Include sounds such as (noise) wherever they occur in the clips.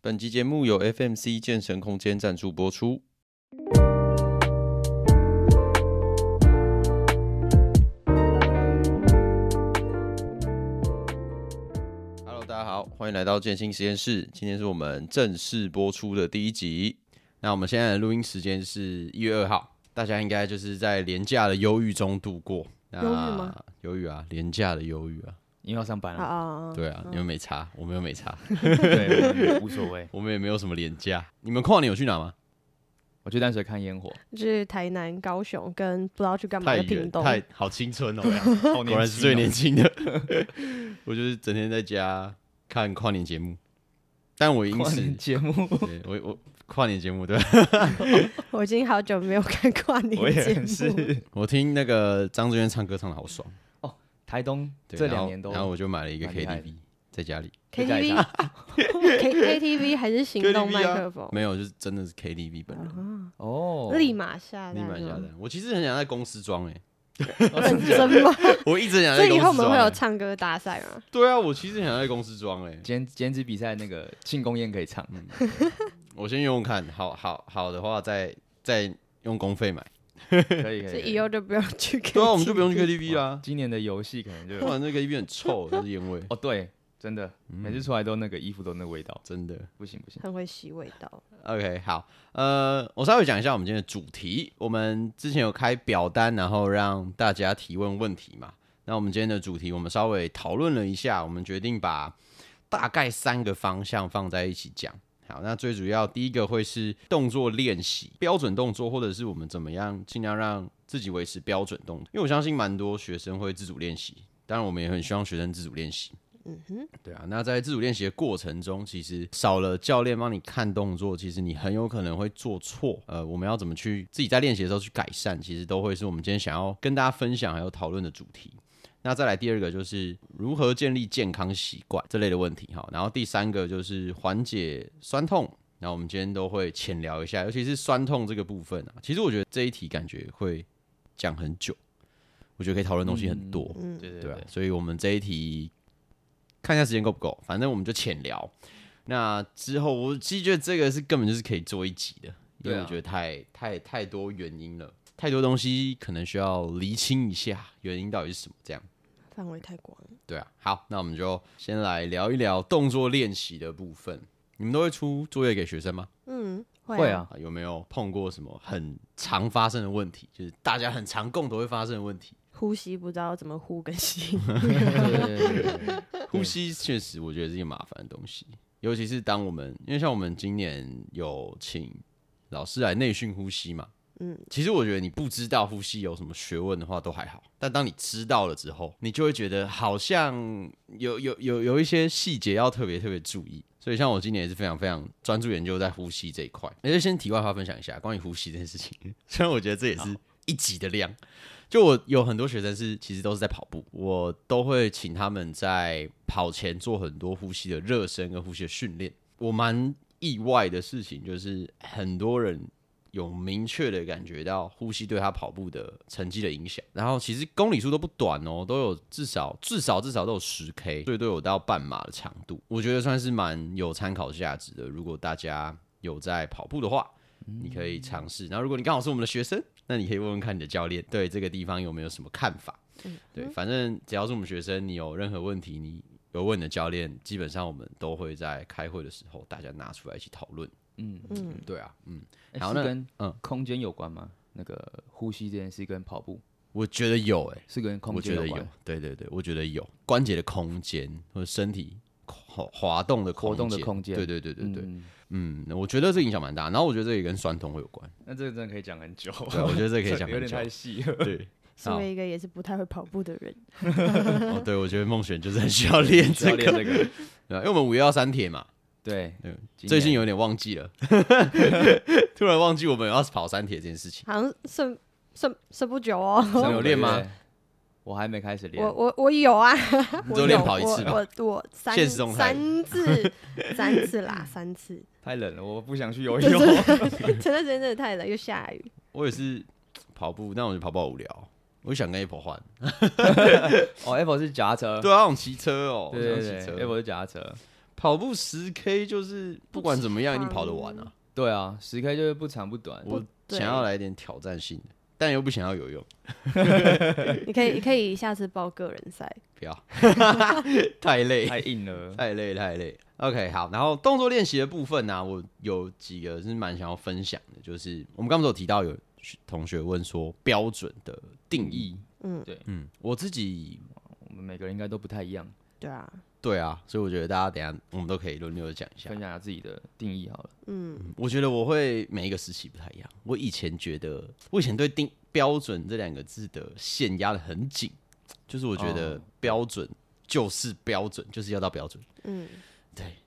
本集节目由 FMC 健身空间赞助播出。Hello，大家好，欢迎来到健心实验室。今天是我们正式播出的第一集。那我们现在的录音时间是一月二号，大家应该就是在廉价的忧郁中度过。那忧郁吗？忧郁啊，廉价的忧郁啊。因为要上班啊了，啊，对啊，你们没差，我们又没差，对，无所谓。我们也没有什么廉价。你们跨年有去哪吗？我去淡水看烟火，就是台南、高雄跟不知道去干嘛太的远屏东，太好青春哦，果果然是最年轻的。 (laughs) 我就是整天在家看跨年节目，但我因跨此年节目，对我我跨年节目对吧， (laughs) 我已经好久没有看跨年 (laughs) 我节也目，是。我听那个张志渊唱歌唱的好爽，台东对这然两后年都然后我就买了一个蛮厉害的 KTV 在家里，在家里 (laughs) KTV K KTV 还是行动 KTV 麦啊克风，没有就是真的是 KTV 本人，啊哦，立马下立单马下吗，单。我其实很想在公司装哎，(laughs) 认真吗？我一直很想所在以以公后我司们会有装欸。唱歌大赛吗？对啊，我其实很想在公司装哎。剪剪纸比赛那个庆功宴可以唱，我先用用看，好好好的话再再用公费买。可以可所以。以以后就不用去 KTV，啊对啊，我们就不用去可 KTV 以啦，今年的游戏可能就不然那 KTV 很臭，都是烟味，哦，对，真的，每次出来都那个衣服都那味道，真的。不行不行。很会吸味道， OK，好，呃，我稍微讲一下我们今天的主题。我们之前有开表单，然后让大家提问问题嘛。那我们今天的主题，我们稍微讨论了一下，我们决定把大概三个方向放在一起讲。好，那最主要第一个会是动作练习，标准动作，或者是我们怎么样尽量让自己维持标准动作。因为我相信蛮多学生会自主练习，当然我们也很希望学生自主练习。对啊，那在自主练习的过程中，其实少了教练帮你看动作，其实你很有可能会做错。呃，我们要怎么去自己在练习的时候去改善，其实都会是我们今天想要跟大家分享还有讨论的主题。那再来第二个就是如何建立健康习惯这类的问题哈，然后第三个就是缓解酸痛。那我们今天都会浅聊一下，尤其是酸痛这个部分啊。其实我觉得这一题感觉会讲很久，我觉得可以讨论的东西很多。嗯，对对啊对，，所以我们这一题看一下时间够不够，反正我们就浅聊。那之后，我其实觉得这个是根本就是可以做一集的，因对为啊我觉得太太太多原因了，太多东西可能需要厘清一下原因到底是什么。这样，范围太广了。对啊。好，那我们就先来聊一聊动作练习的部分。你们都会出作业给学生吗？嗯，会，啊，啊，有没有碰过什么很常发生的问题？就是大家很常共同会发生的问题。呼吸不知道怎么呼跟 (laughs) 吸，呼吸确实，我觉得是一个麻烦的东西，尤其是当我们因为像我们今年有请老师来内训呼吸嘛，嗯，其实我觉得你不知道呼吸有什么学问的话都还好，但当你知道了之后，你就会觉得好像有有有有一些细节要特别特别注意。所以像我今年也是非常非常专注研究在呼吸这一块。那就先题外话分享一下关于呼吸这件事情， (laughs) 虽然我觉得这也是一级的量。就我有很多学生是其实都是在跑步，我都会请他们在跑前做很多呼吸的热身跟呼吸的训练。我蛮意外的事情就是，很多人有明确的感觉到呼吸对他跑步的成绩的影响。然后其实公里数都不短哦，都有至少至少至少都有十 K，所以都有到半马的长度。我觉得算是蛮有参考价值的。如果大家有在跑步的话，你可以尝试。然后如果你刚好是我们的学生，那你可以问问看你的教练对这个地方有没有什么看法。对，反正只要是我们学生，你有任何问题，你有问你的教练，基本上我们都会在开会的时候大家拿出来一起讨论。嗯，嗯，对啊，嗯，诶好是那跟嗯空间有关吗？那个呼吸这件事跟跑步我觉得有诶、是跟空我觉间得有有关，，对对对，我觉得有关节的空间或者身体滑滑动的空活动的间空间对对对对对，嗯嗯，我觉得这影响蛮大。然后我觉得这也跟酸痛会有 (laughs) 关，那这个真的可以讲很久，对，啊我觉得这 (laughs) 可以讲有很点久太。细了。对，身为一个也是不太会跑步的人，哦，对，我觉得梦璇就是很需要练教 (laughs) 这练个，这个，对啊，因为我们五幺三铁嘛，对嗯，今最近年有点忘 (laughs) 记了，突然忘记我们要跑三铁这件事情。好像剩剩剩不久哦。上有个练吗月？我还没开始练我，我我有啊， (laughs) 你我都有练跑一次吧我我我三现实动态 (laughs) 三次三次啦，三次。太冷了，我不想去游真泳。的前段时间真的太冷，又下雨，我也是跑步，但我就跑步好无聊，我就想跟 Apple 换。 (laughs) 哦，Apple 是夹车，对啊，我想骑车哦，我对想对骑对车。 ，Apple 是夹车，跑步十 K 就是不管怎么样一定跑得完啊。对啊，十 K 就是不长不短，我对想要来点挑战性的，但又不想要游泳，你可以，你可以下次报个人赛。不 (laughs) 要，太累，太硬了。 (laughs) 太累，太累。OK，好，然后动作练习的部分呢、我有几个是蛮想要分享的，就是我们刚刚不是有提到有同学问说标准的定义，义，嗯，我自己我们每个人应该都不太一样，对啊，对啊，所以我觉得大家等一下我们都可以轮流地讲一下分。享一下自己的定义好了。嗯我觉得我会每一个时期不太一样。我以前觉得，我以前对定标准这两个字的限压的很紧，就是我觉得哦标准就是标准，就是要到标准。嗯，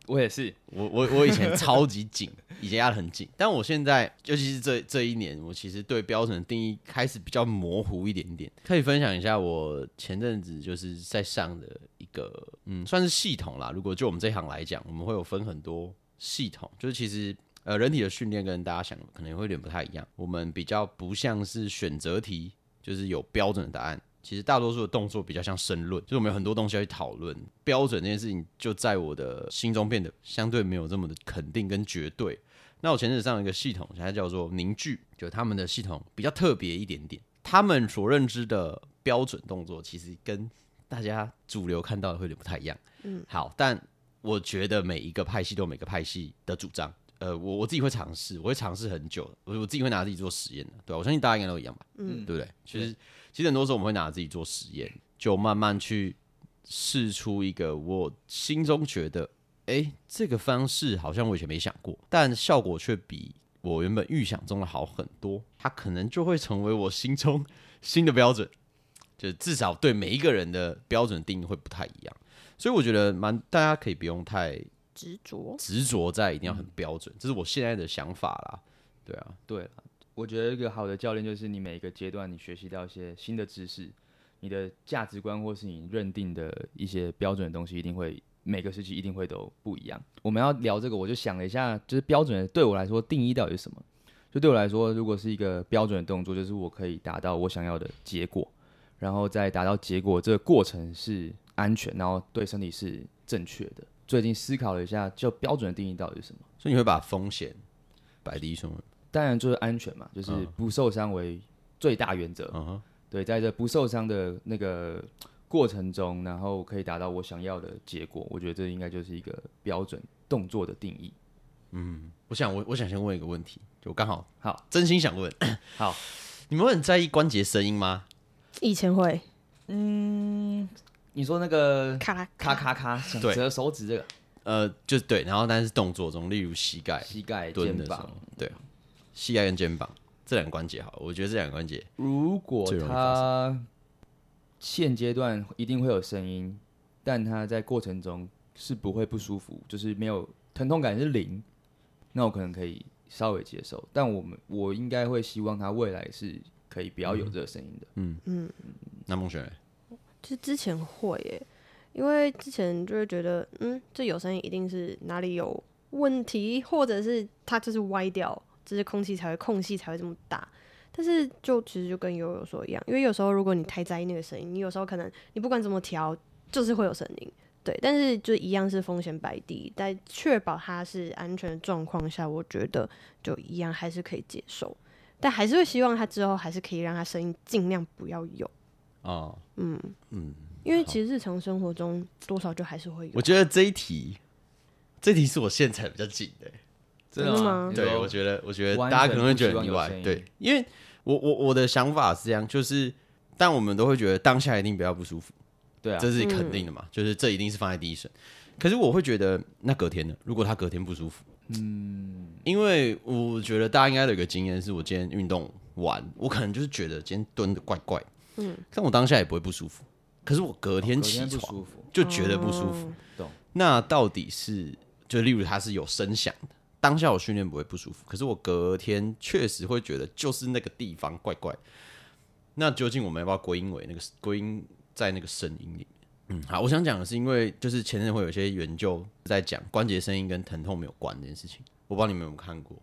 我也是，我我我以前超级紧，以前压的很紧，但我现在尤其是这这一年，我其实对标准的定义开始比较模糊一点点。可以分享一下我前阵子就是在上的一个，嗯，算是系统啦。如果就我们这一行来讲，我们会有分很多系统，就是其实。呃，人体的训练跟大家想的可能会有点不太一样。我们比较不像是选择题，就是有标准的答案。其实大多数的动作比较像申论，就是我们有很多东西要去讨论。标准这件事情就在我的心中变得相对没有这么的肯定跟绝对。那我前阵子上了一个系统，它叫做凝聚，就他们的系统比较特别一点点。他们所认知的标准动作，其实跟大家主流看到的会有点不太一样。嗯，好，但我觉得每一个派系都有每个派系的主张。呃，我我自己会尝试，我会尝试很久，我我自己会拿自己做实验的，对吧、我相信大家应该都一样吧，嗯对不对？其实其实很多时候我们会拿自己做实验，就慢慢去试出一个我心中觉得，诶，这个方式好像我以前没想过，但效果却比我原本预想中的好很多，它可能就会成为我心中新的标准，就至少对每一个人的标准定义会不太一样，所以我觉得蛮大家可以不用太执着。执着在一定要很标准，这是我现在的想法啦。对啊，对了，我觉得一个好的教练就是你每一个阶段你学习到一些新的知识，你的价值观或是你认定的一些标准的东西，一定会每个时期一定会都不一样。我们要聊这个，我就想了一下，就是标准的对我来说定义到底是什么？就对我来说，如果是一个标准的动作，就是我可以达到我想要的结果，然后在达到结果这个过程是安全，然后对身体是正确的。最近思考了一下，就标准的定义到底是什么？所以你会把风险摆第一顺位。当然就是安全嘛，就是不受伤为最大原则。嗯嗯哼，对，在这不受伤的那个过程中，然后可以达到我想要的结果，我觉得这应该就是一个标准动作的定义。我想我我想先问一个问题，就我刚好好，真心想问， (laughs) 好，你们会很在意关节声音吗？以前会你说那个咔啦咔咔咔想对折手指这个，呃，就对，然后但是动作中，例如膝盖、膝盖、蹲肩的时候膀，，对，膝盖跟肩膀这两个关节好了，我觉得这两个关节如果最容易发它现阶段一定会有声音，但它在过程中是不会不舒服，就是没有疼痛感是零，那我可能可以稍微接受。但我们我应该会希望它未来是可以不要有这个声音的。那孟璇嘞，就之前会耶，因为之前就会觉得，嗯，这有声音一定是哪里有问题，或者是它就是歪掉，就是空气才会空隙才会这么大。但是就其实就跟悠悠说一样，因为有时候如果你太在意那个声音，你有时候可能你不管怎么调，就是会有声音。对，但是就一样是风险摆第一，在确保它是安全的状况下，我觉得就一样还是可以接受，但还是会希望它之后还是可以让它声音尽量不要有。哦，因为其实日常生活中多少就还是会有我。觉得这一题，这一题是我现在比较紧的、真的吗你对，说我觉得，我觉得完大家全可能不会希觉得望很意有外声，音对，因为我我我的想法是这样，就是，但我们都会觉得当下一定比较不舒服，对啊，这是肯定的嘛，就是这一定是放在第一顺。可是我会觉得，那隔天呢？如果他隔天不舒服，嗯，因为我觉得大家应该有一个经验，是我今天运动完，我可能就是觉得今天蹲的怪怪，嗯，但我当下也不会不舒服，可是我隔天哦隔起天不床舒服，就觉得不舒服。懂那到底是就例如它是有声响的，当下我训练不会不舒服，可是我隔天确实会觉得就是那个地方怪怪。那究竟我们要不要归因为那个归因在那个声音里面？嗯，好，我想讲的是，因为就是前阵会有一些研究在讲关节声音跟疼痛没有关这件事情，我不知道你们有没有看过。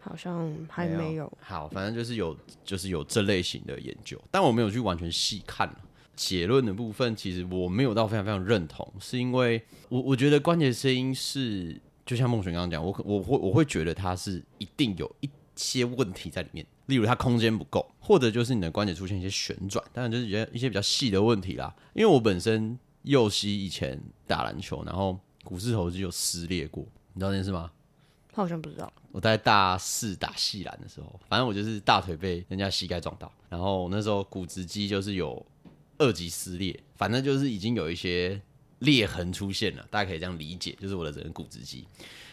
好像还没有，好，反正就是有就是有这类型的研究，但我没有去完全细看啊结论的部分，其实我没有到非常非常认同，是因为我我觉得关节声音是，就像孟璇刚刚讲，我可我会我会觉得它是一定有一些问题在里面，例如它空间不够，或者就是你的关节出现一些旋转，当然就是一些一些比较细的问题啦。因为我本身右膝以前打篮球，然后股四头肌有撕裂过，你知道这件事吗？他好像不知道，我在大四打细篮的时候，反正我就是大腿被人家膝盖撞到，然后那时候骨直肌就是有二级撕裂，反正就是已经有一些裂痕出现了，大家可以这样理解，就是我的整个骨直肌。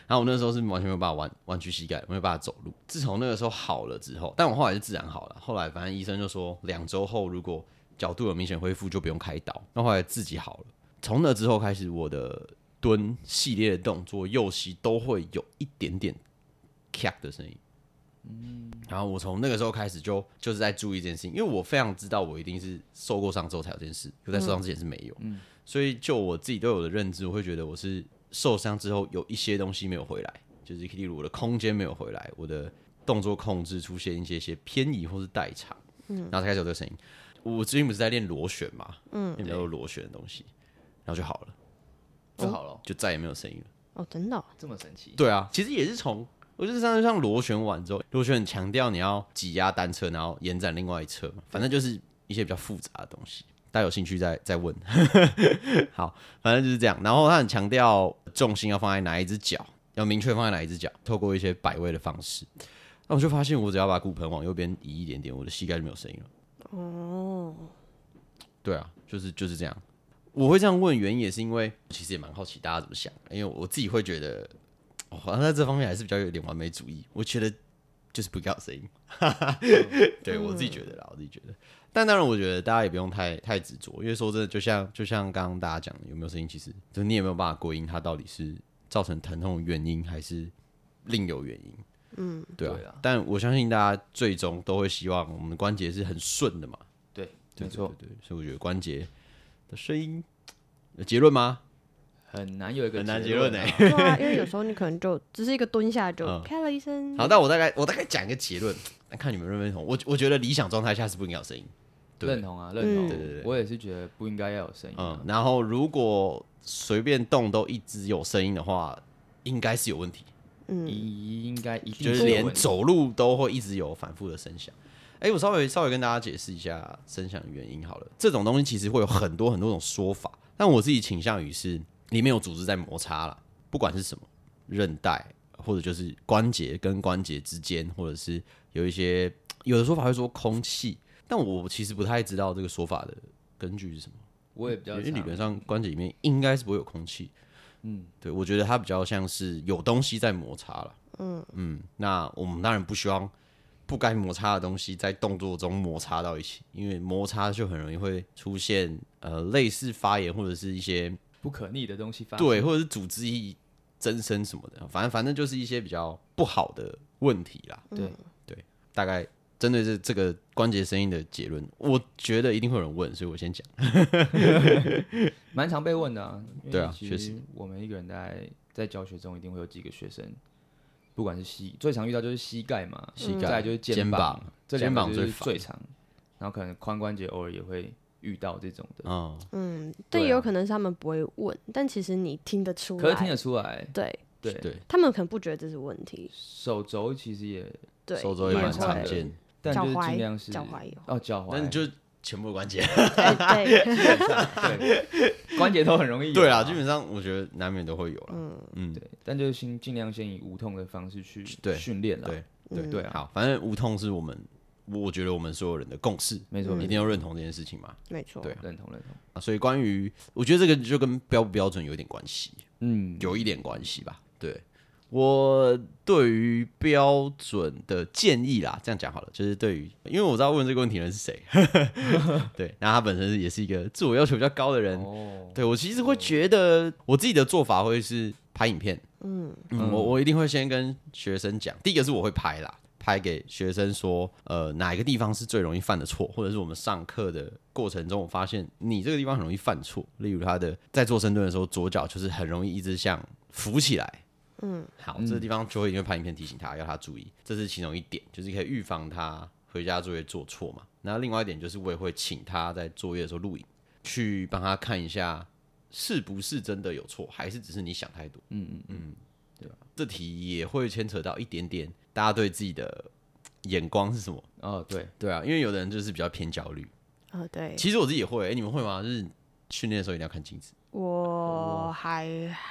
然后我那时候是完全没有办法弯弯曲膝盖，没有办法走路。自从那个时候好了之后，但我后来是自然好了。后来反正医生就说，两周后如果角度有明显恢复，就不用开刀。那后来自己好了。从那之后开始，我的蹲系列的动作，右膝都会有一点点咔的声音。然后我从那个时候开始就就是在注意这件事情，因为我非常知道我一定是受过伤之后才有这件事，就在受伤之前是没有。所以就我自己对我的认知，我会觉得我是受伤之后有一些东西没有回来，就是例如我的空间没有回来，我的动作控制出现一些些偏移或是代偿，然后才开始有这个声音。我最近不是在练螺旋嘛，嗯，练比较多螺旋的东西，然后就好了，就好了哦，就再也没有声音了。哦，真的哦、这么神奇。对啊，其实也是从我就是上次上螺旋完之后，螺旋很强调你要挤压单车，然后延展另外一侧嘛，反正就是一些比较复杂的东西。大家有兴趣再 (laughs) 再问。好，反正就是这样。然后他很强调重心要放在哪一只脚，要明确放在哪一只脚，透过一些摆位的方式。那我就发现，我只要把骨盆往右边移一点点，我的膝盖就没有声音了。哦，对啊，就是就是这样。我会这样问，原因也是因为其实也蛮好奇大家怎么想，因为我自己会觉得，我好像在这方面还是比较有点完美主义。我觉得就是不要有声音， (laughs) 对我自己觉得啦，我自己觉得。但当然，我觉得大家也不用太太执着，因为说真的，就像就像刚刚大家讲的，有没有声音，其实就是你也没有办法归因它到底是造成疼痛的原因，还是另有原因。嗯，对啊。对啊但我相信大家最终都会希望我们的关节是很顺的嘛，对，对没错，，对对对所以我觉得关节的声音有结论吗？很难有一个很难结论论啊欸对啊，因为有时候你可能就只是一个蹲下就嗯开了一声，好，但我大概我大概讲一个结论，那看你们认不认同。我我觉得理想状态下是不应该有声音，对认同啊，认嗯同。对对对我也是觉得不应该要有声音嗯啊。，然后如果随便动都一直有声音的话，应该是有问题，嗯，应应该一定就是有连问题走路都会一直有反复的声响。哎、我稍微稍微跟大家解释一下声响的原因好了。这种东西其实会有很多很多种说法，但我自己倾向于是里面有组织在摩擦啦，不管是什么韧带，或者就是关节跟关节之间，或者是有一些有的说法会说空气，但我其实不太知道这个说法的根据是什么。我也比较因为理常论上关节里面应该是不会有空气。嗯，对，我觉得它比较像是有东西在摩擦了。嗯嗯，那我们当然不希望不该摩擦的东西在动作中摩擦到一起，因为摩擦就很容易会出现呃类似发炎或者是一些不可逆的东西发生对，或者是组织液增生什么的，反正反正就是一些比较不好的问题啦。嗯对，大概针对这这个关节声音的结论，我觉得一定会有人问，所以我先讲。蛮常被问的啊。因为对啊其确实实我们一个人在在教学中一定会有几个学生，不管是膝，最常遇到就是膝盖嘛，嗯膝盖嗯再来就是肩膀膀，这肩两个膀就最是烦最常，然后可能髋关节偶尔也会遇到这种的，嗯，嗯，但也有可能是他们不会问，但其实你听得出来，可是听得出来，对对，对，他们可能不觉得这是问题，手肘其实也，对，手肘也也会蛮蛮常常见见。但就是脚踝尽量是脚踝也会 (laughs) 哦脚踝，那你就全部的关节。哎对，对关节都很容易有 (laughs) 对啊，啦，基本上我觉得难免都会有啦。嗯嗯，对，但就是先尽量先以无痛的方式去对训练啦。对对对啊，好，反正无痛是我们，我觉得我们所有人的共识，没错一没错，定要认同这件事情嘛。没错，对认同认同。啊所以关于，我觉得这个就跟标不标准有一点关系，嗯，有一点关系吧。对我对于标准的建议啦，这样讲好了，就是对于，因为我知道问这个问题的人是谁， (laughs) 对，那他本身也是一个自我要求比较高的人，哦，对我其实会觉得我自己的做法会是拍影片，嗯，我我一定会先跟学生讲，第一个是我会拍啦，拍给学生说，呃，哪一个地方是最容易犯的错，或者是我们上课的过程中，我发现你这个地方很容易犯错，例如他的在做深蹲的时候，左脚就是很容易一直向浮起来。嗯，好，这个地方就会因为拍影片提醒他，要他注意，这是其中一点，就是可以预防他回家作业做错嘛。那另外一点就是，我也会请他在作业的时候录影。去帮他看一下是不是真的有错，还是只是你想太多。嗯嗯嗯，这题也会牵扯到一点点大家对自己的眼光是什么。哦对，对啊，因为有的人就是比较偏焦虑。呃，对，其实我自己也会，哎、你们会吗？就是训练的时候一定要看镜子。我还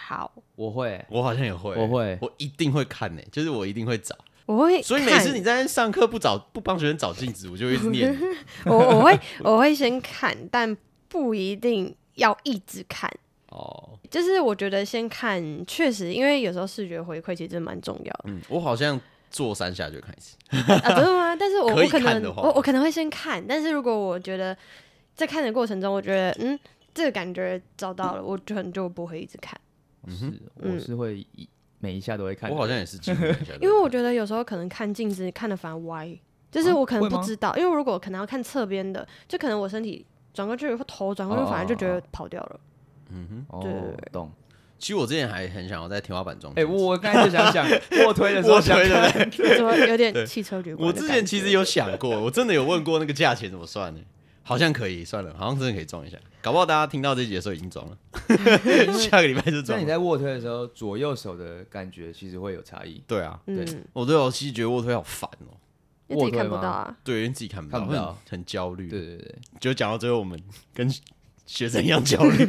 好，我会我好像也会，我会我一定会看呢、就是我一定会找。我会看，所以每次你在那上课不找不帮学生找镜子，我就会一直 (laughs) 念你。我我会我会先看，但不一定要一直看。哦，就是我觉得先看，确实，因为有时候视觉回馈其实真的蛮重要的。嗯，我好像做三下就看一次。啊，真的吗？但是我可以我可看能的话我我可能会先看，但是如果我觉得在看的过程中，我觉得嗯，这个感觉找到了，我可能就不会一直看，是我嗯是会一每一下都会看我的，好像也是几乎每一下都会看，因为我觉得有时候可能看镜子看的反歪，就是啊我可会能不吗知道，因为如果可能要看侧边的，就可能我身体转过去或头转过去，哦反而就觉哦得跑掉了。对哦懂。其实我之前还很想要在天花板装哎，镜子。我我刚才就想想 (laughs) 卧推的时候卧推想对不看 (laughs) 就是说有点对汽车旅馆。我之前其实，有想过，我真的有问过那个价钱怎么算呢？好像可以，算了，好像真的可以装一下。搞不好大家听到这集的时候已经装 (laughs) 了，下个礼拜就那装你了。在卧推的时候，左右手的感觉其实会有差异。对啊，嗯，我都有其实觉得卧推好烦哦、因为自己看不卧推吗到啊，对，因为自己看不到，看不会到很很焦虑。对对对，就讲到最后，我们跟学生一样焦 (laughs) 虑。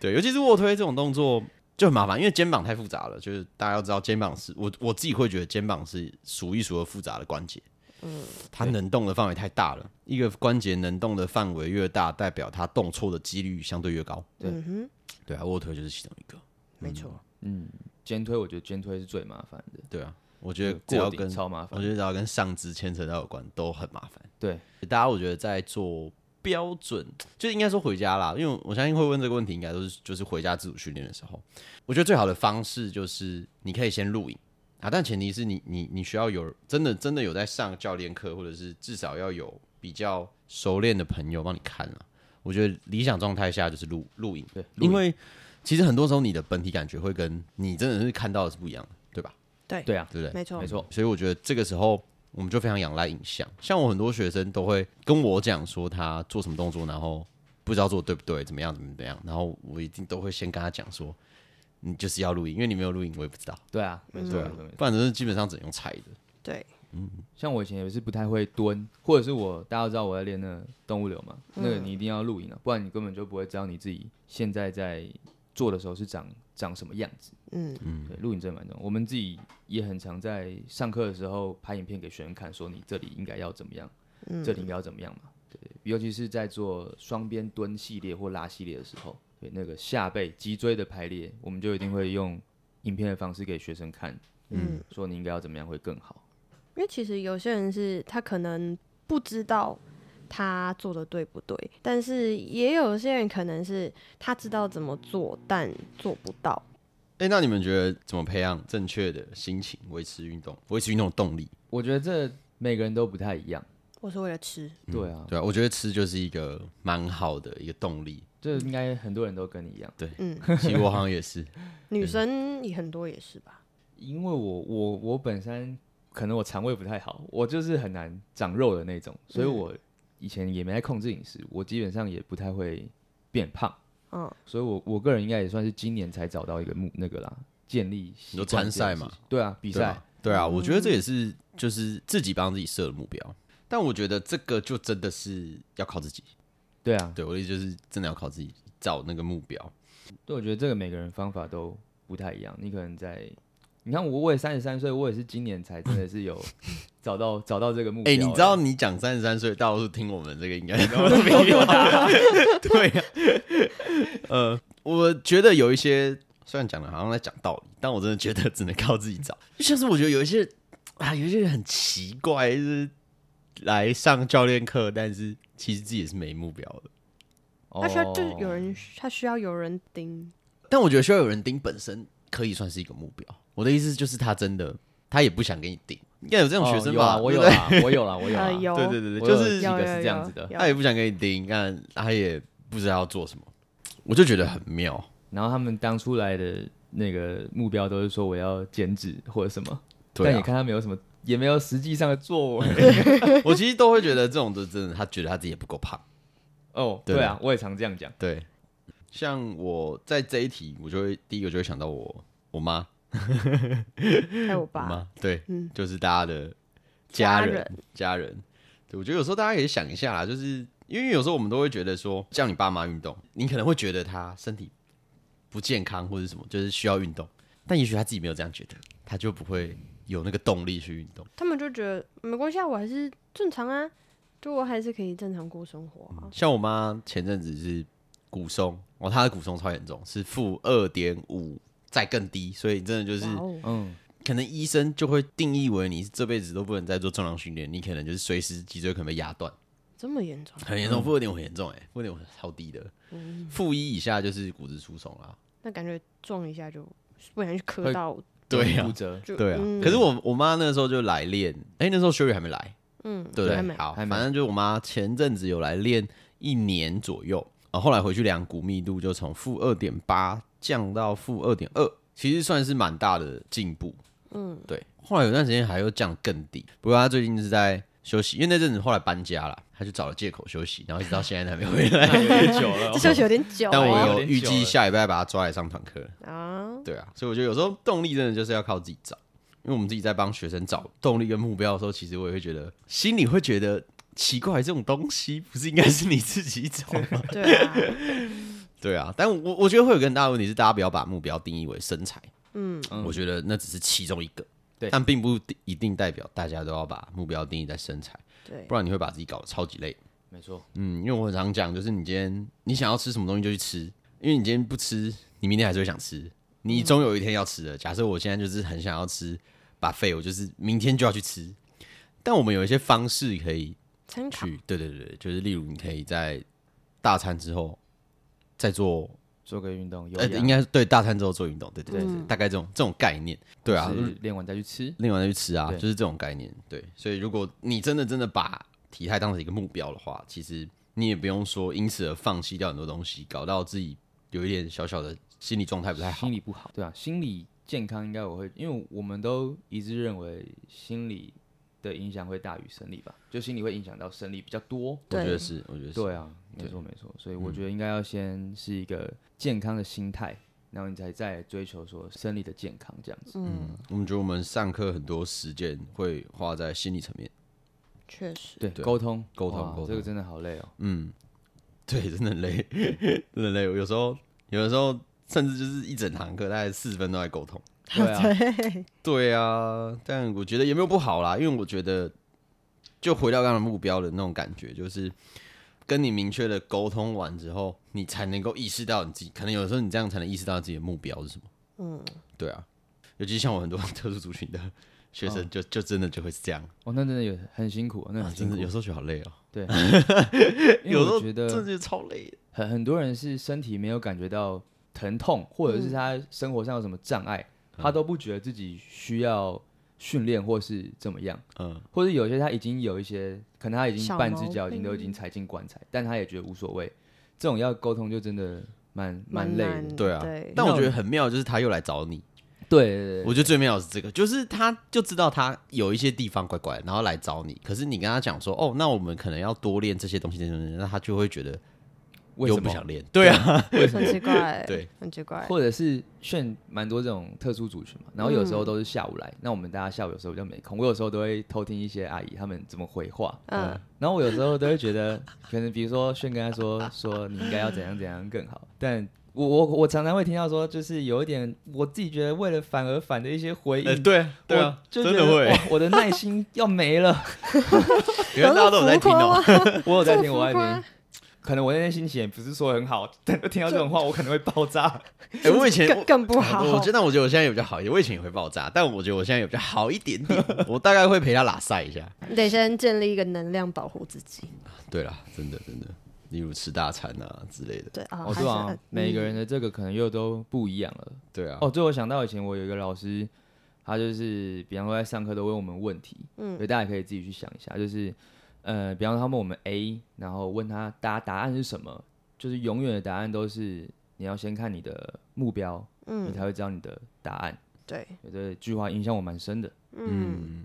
对，尤其是卧推这种动作就很麻烦，因为肩膀太复杂了。就是大家要知道，肩膀是我我自己会觉得肩膀是数一数二复杂的关节。嗯，它能动的范围太大了，一个关节能动的范围越大，代表它动错的几率相对越高。对嗯哼，对啊，卧推就是其中一个。没错，嗯，肩推我觉得肩推是最麻烦的，对啊，我觉得只嗯过要顶跟超麻我烦。觉得只要跟上肢牵扯到有关，都很麻烦。对，大家我觉得在做标准，就应该说回家啦，因为我相信会问这个问题，应该都是就是回家自主训练的时候，我觉得最好的方式就是你可以先录影啊，但前提是你你你需要有真的真的有在上教练课，或者是至少要有比较熟练的朋友帮你看啊。我觉得理想状态下就是录录影，对，因为其实很多时候你的本体感觉会跟你真的是看到的是不一样的，对吧？对对啊，对不对？没错没，错，所以我觉得这个时候我们就非常仰赖影像。像我很多学生都会跟我讲说他做什么动作，然后不知道做对不对，怎么样怎么怎么样，然后我一定都会先跟他讲说，你就是要录影，因为你没有录影，我也不知道，对啊，没嗯错对没啊错没错。不然就是基本上只能用猜的。对，像我以前也是不太会蹲，或者是我大家都知道我在练那个动物流嘛，那个你一定要录影啊，不然你根本就不会知道你自己现在在做的时候是长长什么样子。嗯，对，录影真的蛮重要。我们自己也很常在上课的时候拍影片给学生看，说你这里应该要怎么样，这里应该要怎么样嘛。对，尤其是在做双边蹲系列或拉系列的时候，对那个下背脊椎的排列，我们就一定会用影片的方式给学生看，嗯，说你应该要怎么样会更好。因为其实有些人是他可能不知道他做的对不对，但是也有些人可能是他知道怎么做，但做不到。哎，那你们觉得怎么培养正确的心情，维持运动，维持运动的动力？我觉得这每个人都不太一样，我是为了吃，对啊，对啊，我觉得吃就是一个蛮好的一个动力。这应该很多人都跟你一样。嗯，其实我好像也是，嗯女生也很多也是吧。因为我我我本身可能我肠胃不太好，我就是很难长肉的那种，嗯所以我以前也没在控制饮食，我基本上也不太会变胖，嗯，所以我我个人应该也算是今年才找到一个目那个啦，建立习你说参惯这件赛事嘛情，对啊，比对赛吧，对啊，我觉得这也是就是自己帮自己设的目标，但我觉得这个就真的是要靠自己。对啊，对我的意思就是真的要靠自己找那个目标。对，我觉得这个每个人方法都不太一样，你可能在。你看我，我也三十三岁，我也是今年才真的是有 (laughs) 找到找到这个目标哎、欸。你知道你讲三十三岁，大多数听我们这个应该都 (laughs) 比我大。对呀、呃，我觉得有一些虽然讲的好像在讲道理，但我真的觉得只能靠自己找。就像是我觉得有一些啊，有一些人很奇怪，就是来上教练课，但是其实自己也是没目标的。他需要就是有哦人，他需要有人盯。但我觉得需要有人盯，本身可以算是一个目标。我的意思就是，他真的他也不想给你盯，应该有这种学哦生有吧？啊，我对有不对啦，我有啦，我有啦。 (laughs) 呃，(laughs) 有，对对对对，我就有是几有个有是有这样子的有他也不想给你盯，但他也不知道要做什么，我就觉得很妙。然后他们当初来的那个目标都是说我要减脂或者什么，对、但你啊，看他没有什么，也没有 (laughs) 实际上的作为。我其实都会觉得这种的真的，他觉得他自己也不够胖，哦，对对啊，我也常这样讲。对，像我在这一题，我就会第一个就会想到我我妈，还有我我爸妈对，嗯就是大家的家家人人家人。对，我觉得有时候大家可以想一下啦，就是因为有时候我们都会觉得说，叫你爸妈运动，你可能会觉得他身体不健康或者什么，就是需要运动，但也许他自己没有这样觉得，他就不会有那个动力去运动。他们就觉得没关系，啊，我还是正常啊，就我还是可以正常过生活啊。像我妈前阵子是骨松，哦，她的骨松超严重，是负二点五，再更低，所以真的就是哇哦，嗯，可能医生就会定义为你是这辈子都不能再做重量训练，你可能就是随时脊椎可能被压断，这么严重？啊很严重，负二点五很严重、欸，哎，负二点五超低的，负一以下就是骨质疏松啊啦。那感觉撞一下就不小心磕会到，对呀、骨折，就对啊，嗯可是我我妈那时候就来练，哎、那时候修宇还没来，嗯，对不还对？没好，还反没正就是我妈前阵子有来练一年左右，然后后来回去量骨密度就从负二点八降到负二点二，其实算是蛮大的进步。嗯，对。后来有段时间还又降更低，不过她最近是在休息，因为那阵子后来搬家了，她就找了借口休息，然后一直到现在都还没回来。那有点久 (laughs) 了这休息有点久哦但我有欸哦有点预久计了下礼拜把她抓来上堂课。啊，对啊，所以我觉得有时候动力真的就是要靠自己找，因为我们自己在帮学生找动力跟目标的时候，其实我也会觉得心里会觉得奇怪，这种东西不是应该是你自己找 (laughs) 吗？对啊，对啊，但我我觉得会有个很大的问题是，大家不要把目标定义为身材，嗯，嗯我觉得那只是其中一个，对但并不一定代表大家都要把目标定义在身材，对不，然你会把自己搞得超级累。没错，嗯，因为我很常讲，就是你今天你想要吃什么东西就去吃，因为你今天不吃，你明天还是会想吃，你嗯终有一天要吃的。假设我现在就是很想要吃把肺，我就是明天就要去吃。但我们有一些方式可以参考去，对对对，对就是例如你可以在大餐之后再做，做个运动，有呃，应该是对大餐之后做运动，对对对，对对大概这种这种概念，对啊，是练完再去吃。另外再去吃啊，对就是这种概念。对，所以如果你真的真的把体态当成一个目标的话，其实你也不用说因此而放弃掉很多东西，搞到自己有一点小小的心理状态不太好心。理不好，对啊，心理健康应该我会，因为我们都一致认为心理的影响会大于生理吧，就心理会影响到生理比较多。我觉对得是，我觉得是。对啊，嗯没错没错，所以我觉得应该要先是一个健康的心态，然后你才再追求说生理的健康这样子。嗯，我们觉得我们上课很多时间会花在心理层面。确实，对，对沟通沟通哇沟这个通真的好累哦。嗯，对，真的很累， (laughs) 真的很累。我有时候，有的时候甚至就是一整堂课，大概四十分钟在沟通。对啊， (laughs) 对啊，但我觉得也没有不好啦，因为我觉得就回到刚刚的目标的那种感觉，就是跟你明确的沟通完之后，你才能够意识到你自己，可能有时候你这样才能意识到自己的目标是什么。嗯，对啊，尤其像我很多特殊族群的学生，就就真的就会是这 (laughs) 样，哦，那真的有很辛苦，那啊很辛真苦的有。时候觉得好累哦、对， (laughs) 因为有时候我觉真得的觉得超累的。很很多人是身体没有感觉到疼痛，或者是他嗯生活上有什么障碍，他都不觉得自己需要训练或是怎么样，嗯，或者有些他已经有一些，可能他已经小半只毛脚已经都已病经踩进棺材，但他也觉得无所谓。这种要沟通就真的蛮蛮累难的，，对啊对，但我觉得很妙，就是他又来找你。对对对我觉得最妙的是这个，就是他就知道他有一些地方怪怪的，然后来找你。可是你跟他讲说，哦，那我们可能要多练这些东西，这些东西，那他就会觉得为又什不么？想练。对啊，很奇 (laughs) 怪，对，啊很奇怪，或者是炫蛮多这种特殊族群嘛，然后有嗯时候都是下午来，那我们大家下午有时候比较没空，我有时候都会偷听一些阿姨她们怎么回话，嗯，然后我有时候都会觉得，可能比如说炫跟他说说你应该要怎样怎样更好，但我我我常常会听到说，就是有一点我自己觉得为了反而反的一些回应，呃，对对啊，我就真觉得的会，哇我的耐心要没了。原来大家都有在听 (laughs) 哦、 (laughs) 我有在听，这么浮我夸在听，可能我那天心情也不是说很好，但听到这种话，我可能会爆炸。哎，我以前更更不好，我我觉得，我觉得我现在也比较好一点。我以前也会爆炸，但我觉得我现在也比较好一点 (laughs) 点。我大概会陪他拉塞一下。你得先建立一个能量保护自己，对啦，真的真的，例如吃大餐啊之类的。对啊，哦，还对是啊很，每个嗯人的这个可能又都不一样了。对啊，哦，对，我想到以前我有一个老师，他就是比方说在上课都问我们问题，嗯，所以大家可以自己去想一下，就是呃，比方说他问我们 A，然后问他答答案是什么，就是永远的答案都是你要先看你的目标，嗯，你才会知道你的答案。对，有这句话影响我蛮深的，嗯，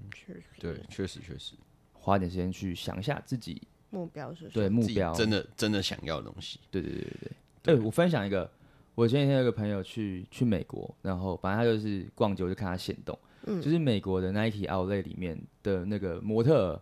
对，确实确实。花点时间去想一下自己目标是什对么？目自己标，真的真的想要的东西。对对对对对。哎、我分享一个，我前几天有个朋友去去美国，然后反正他就是逛街，我就看他现动，就是美国的 Nike Outlet 里面的那个模特儿，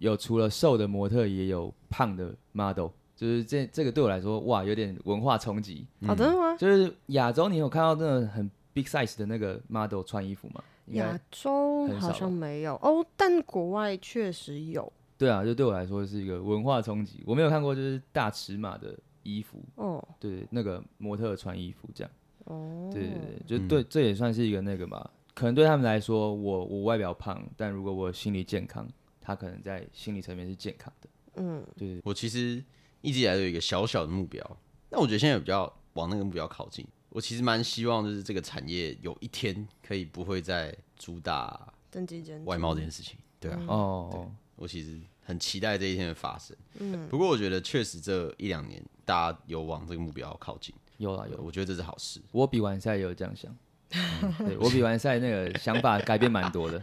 有除了瘦的模特，也有胖的 model。就是这这个对我来说，哇，有点文化冲击。嗯哦，真的吗？就是亚洲，你有看到那种很 big size 的那个 model 穿衣服吗？应该亚洲很好少像吧没有哦，但国外确实有对啊，就对我来说是一个文化冲击。我没有看过就是大尺码的衣服，哦对那个模特儿穿衣服这样。哦，对对对，就对，这也算是一个那个吧。可能对他们来说，我我外表胖，但如果我心理健康，他可能在心理层面是健康的。嗯，我其实一直以来都有一个小小的目标，那我觉得现在比较往那个目标靠近。我其实蛮希望就是这个产业有一天可以不会再主打登记间外貌这件事情，对啊，哦，我其实很期待这一天的发生。嗯，不过我觉得确实这一两年大家有往这个目标靠近，有啦有，我觉得这是好事。我比完赛也有这样想。 (laughs) 对我比完赛那个想法改变蛮多的。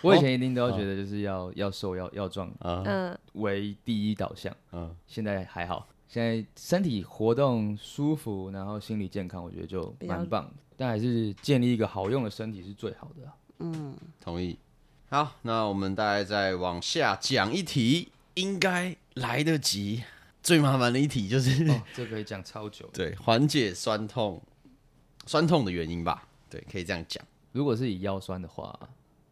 我以前一定都觉得就是要要瘦要要壮嗯为第一导向，嗯，现在还好，现在身体活动舒服，然后心理健康，我觉得就比较蛮棒的。但还是建立一个好用的身体是最好 (laughs) 的啊、同意。好，那我们大概再往下讲一题，应该来得及。最麻烦的一题就是、哦，这可以讲超久。对缓解酸痛，酸痛的原因吧？对，可以这样讲。如果是以腰酸的话，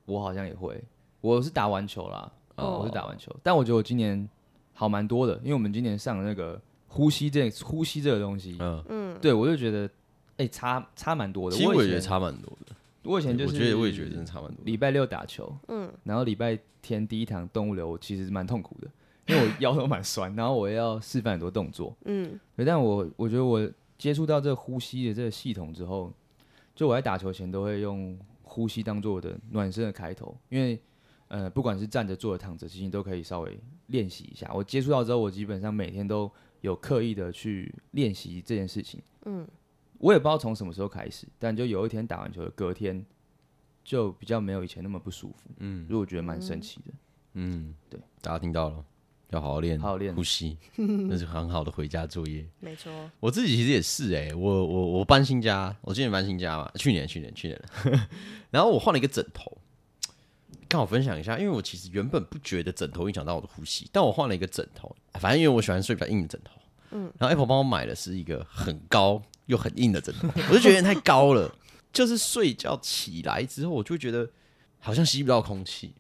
我好像也会。我是打完球啦，哦我是打完球，但我觉得我今年好蛮多的，因为我们今年上了那个呼吸这呼吸这个东西，嗯，对我就觉得哎、差差蛮多的。其实我我以也觉得前，差蛮多的。我以前就是我觉得我也觉得真的差蛮多的。礼拜六打球，嗯，然后礼拜天第一堂动物流我其实蛮痛苦的，因为我腰都蛮酸，然后我要示范很多动作，嗯，对，但我我觉得我接触到这个呼吸的这个系统之后，就我在打球前都会用呼吸当做我的暖身的开头，因为呃，不管是站着、坐着、躺着，其实你都可以稍微练习一下。我接触到之后，我基本上每天都有刻意的去练习这件事情。嗯，我也不知道从什么时候开始，但就有一天打完球的隔天，就比较没有以前那么不舒服。嗯，所以我觉得蛮神奇的。嗯，对，大家听到了，要好好练，好好练呼 (laughs) 吸，那是很好的回家作业。没错，我自己其实也是哎、我我我搬新家，我今年搬新家嘛，去年去年去年了， (laughs) 然后我换了一个枕头，刚好分享一下，因为我其实原本不觉得枕头影响到我的呼吸，但我换了一个枕头，反正因为我喜欢睡比较硬的枕头，嗯，然后 Apple 帮我买的是一个很高又很硬的枕头，我就觉得有点太高了，就是睡觉起来之后，我就觉得好像吸不到空气，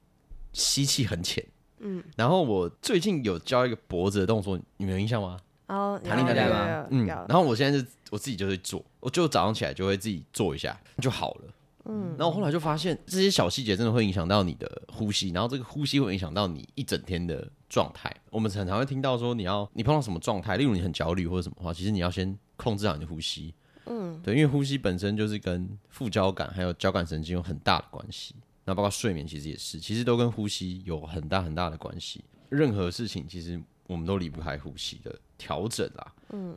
吸气很浅，嗯，然后我最近有教一个脖子的动作，你们有印象吗？然后弹力带哦有吗有嗯，有然后我现在是我自己就会做，我就早上起来就会自己做一下就好了。嗯，然后后来就发现这些小细节真的会影响到你的呼吸，然后这个呼吸会影响到你一整天的状态。我们常常会听到说，你要你碰到什么状态，例如你很焦虑或者什么的话，其实你要先控制好你的呼吸。嗯，对，因为呼吸本身就是跟副交感还有交感神经有很大的关系，那包括睡眠其实也是，其实都跟呼吸有很大很大的关系。任何事情其实我们都离不开呼吸的调整啦。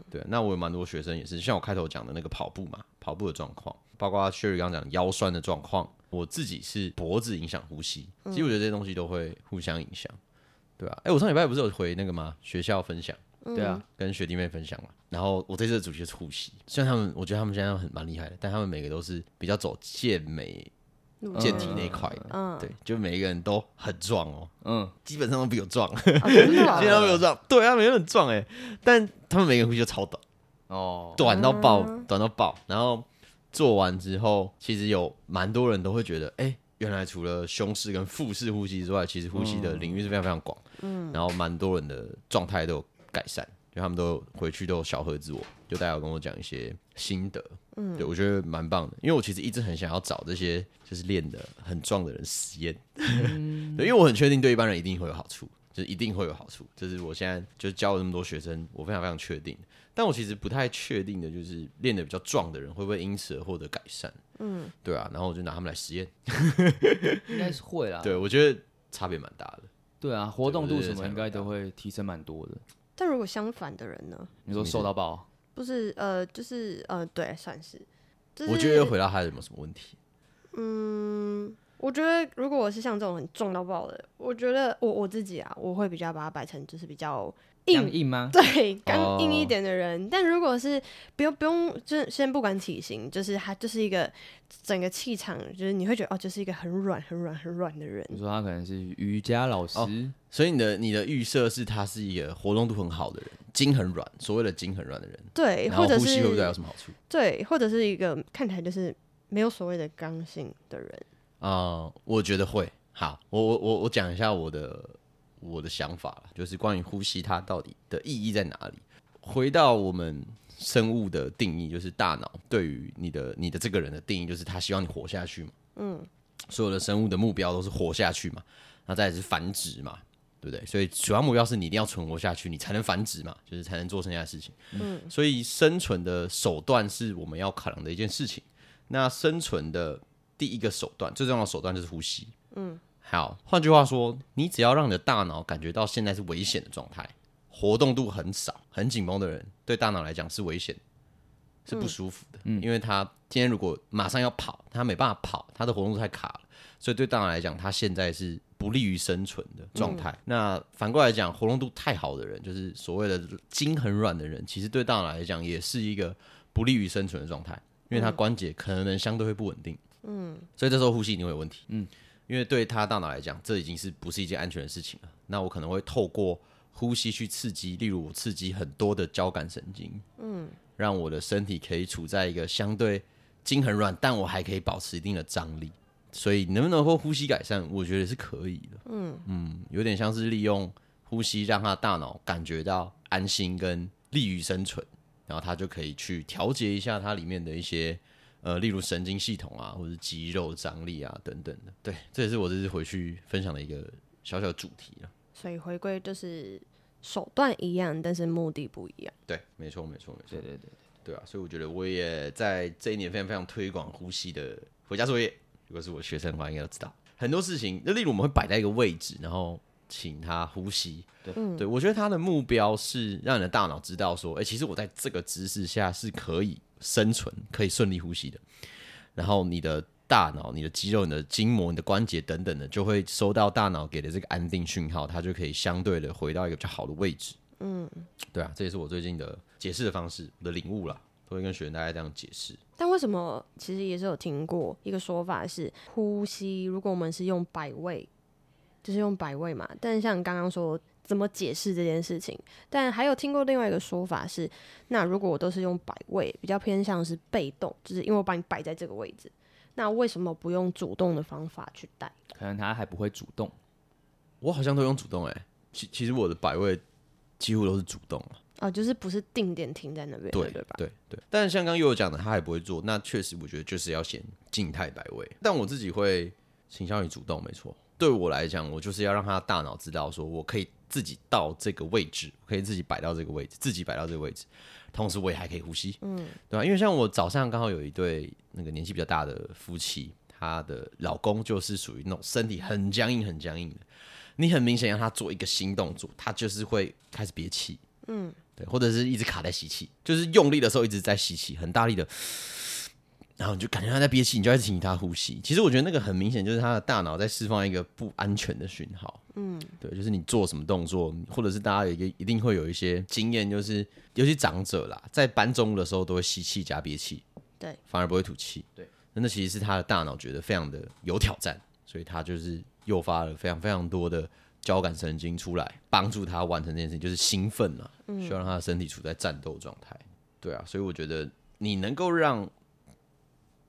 对，那我有蛮多学生也是，像我开头讲的那个跑步嘛，跑步的状况，包括 Sherry 刚刚讲的腰酸的状况，我自己是脖子影响呼吸，其实我觉得这些东西都会互相影响，对啊，哎、我上礼拜不是有回那个吗？学校分享。对啊，跟学弟妹分享嘛，然后我这次的主题就是呼吸。虽然他们，我觉得他们现在很蛮厉害的，但他们每个都是比较走健美、路健线体那一块，嗯，对，就每一个人都很壮哦，嗯，基本上都比我壮，哦真的 (laughs) 基本上啊都比我壮，对啊，每个人很壮哎，但他们每个人呼吸都超短。哦，短到爆，短到爆。然后做完之后，其实有蛮多人都会觉得，哎、原来除了胸式跟腹式呼吸之外，其实呼吸的领域是非常非常广。嗯，然后蛮多人的状态都有改善，就他们都有回去都有小盒子我，就大家有跟我讲一些心得。嗯，对我觉得蛮棒的，因为我其实一直很想要找这些就是练的很壮的人实验， (laughs) 对，因为我很确定对一般人一定会有好处。就是一定会有好处，这是我现在就教了那么多学生，我非常非常确定。但我其实不太确定的，就是练得比较壮的人会不会因此而获得改善？嗯，对啊，然后我就拿他们来实验，应该是会啊啦。对我觉得差别蛮大的。对啊，活动度对对什才么有应该都会提升蛮多的。但如果相反的人呢？你说瘦到爆，不是呃，就是呃，对，算是，就是我觉得又回到他有没有什么问题？嗯，我觉得如果我是像这种很重到爆的，我觉得我我自己啊，我会比较把它摆成就是比较 (laughs) 僵硬，硬吗？对，刚硬哦一点的人。但如果是不用不用，就是先不管体型，就是他就是一个整个气场，就是你会觉得哦，就是一个很软、很软、很软的人。你说他可能是瑜伽老师，哦所以你的你的预设是他是一个活动度很好的人，筋很软，所谓的筋很软的人，对，然或后者呼吸是会不会有什么好处对，或者是一个看起来就是没有所谓的刚性的人。啊、我觉得会。好，我我我我讲一下我的我的想法啦，就是关于呼吸它到底的意义在哪里。回到我们生物的定义，就是大脑对于你的你的这个人的定义，就是他希望你活下去嘛。嗯，所有的生物的目标都是活下去嘛，那再来是繁殖嘛，对不对？所以主要目标是你一定要存活下去，你才能繁殖嘛，就是才能做剩下的事情。嗯，所以生存的手段是我们要考量的一件事情。那生存的第一个手段，最重要的手段就是呼吸。嗯，好，换句话说，你只要让你的大脑感觉到现在是危险的状态，活动度很少、很紧绷的人，对大脑来讲是危险，是不舒服的。因为他今天如果马上要跑，他没办法跑，他的活动度太卡了，所以对大脑来讲，他现在是不利于生存的状态。那反过来讲，活动度太好的人，就是所谓的筋很软的人，其实对大脑来讲也是一个不利于生存的状态。因为他关节可能相对会不稳定，嗯，所以这时候呼吸一定会有问题，嗯，因为对他大脑来讲，这已经是不是一件安全的事情了。那我可能会透过呼吸去刺激，例如我刺激很多的交感神经，嗯，让我的身体可以处在一个相对筋很软，但我还可以保持一定的张力。所以能不能够呼吸改善，我觉得是可以的，嗯嗯，有点像是利用呼吸让他大脑感觉到安心跟利于生存。然后它就可以去调节一下它里面的一些呃，例如神经系统啊，或者肌肉张力啊等等的。对，这也是我这次回去分享的一个小小主题啊。所以回归就是手段一样，但是目的不一样。对，没错，没错，没错对，对对，对啊，所以我觉得我也在这一年非常非常推广呼吸的回家作业。如果是我学生的话，应该都知道很多事情。那例如我们会摆在一个位置，然后请他呼吸。对对我觉得他的目标是让你的大脑知道说，哎、其实我在这个姿势下是可以生存、可以顺利呼吸的。然后你的大脑、你的肌肉、你的筋膜、你的关节等等的，就会收到大脑给的这个安定讯号，它就可以相对的回到一个比较好的位置。嗯，对啊，这也是我最近的解释的方式，我的领悟啦，都会跟学员大家这样解释。但为什么其实也是有听过一个说法是，呼吸如果我们是用百位，就是用百位嘛。但像刚刚说怎么解释这件事情，但还有听过另外一个说法是，那如果我都是用百位，比较偏向是被动，就是因为我把你摆在这个位置，那为什么不用主动的方法去带？可能他还不会主动，我好像都用主动哎、其其实我的摆位几乎都是主动啊哦，就是不是定点停在那边的，对对吧？对对但是像刚又有讲的，他还不会做，那确实我觉得就是要先静态摆位。但我自己会倾向于主动，没错。对我来讲，我就是要让他大脑知道，说我可以自己到这个位置，我可以自己摆到这个位置，自己摆到这个位置，嗯同时我也还可以呼吸，嗯，对吧、因为像我早上刚好有一对那个年纪比较大的夫妻，她的老公就是属于那种身体很僵硬、很僵硬的，你很明显让他做一个新动作，他就是会开始憋气，对，或者是一直卡在吸气，就是用力的时候一直在吸气，很大力的，然后你就感觉他在憋气，你就要请他呼吸。其实我觉得那个很明显就是他的大脑在释放一个不安全的讯号。嗯，对，就是你做什么动作，或者是大家有一个一定会有一些经验，就是尤其长者啦，在搬重物的时候都会吸气加憋气，对，反而不会吐气。对，那那其实是他的大脑觉得非常的有挑战，所以他就是诱发了非常非常多的交感神经出来，帮助他完成这件事情，就是兴奋啊，需要让他的身体处在战斗状态。对啊，所以我觉得你能够让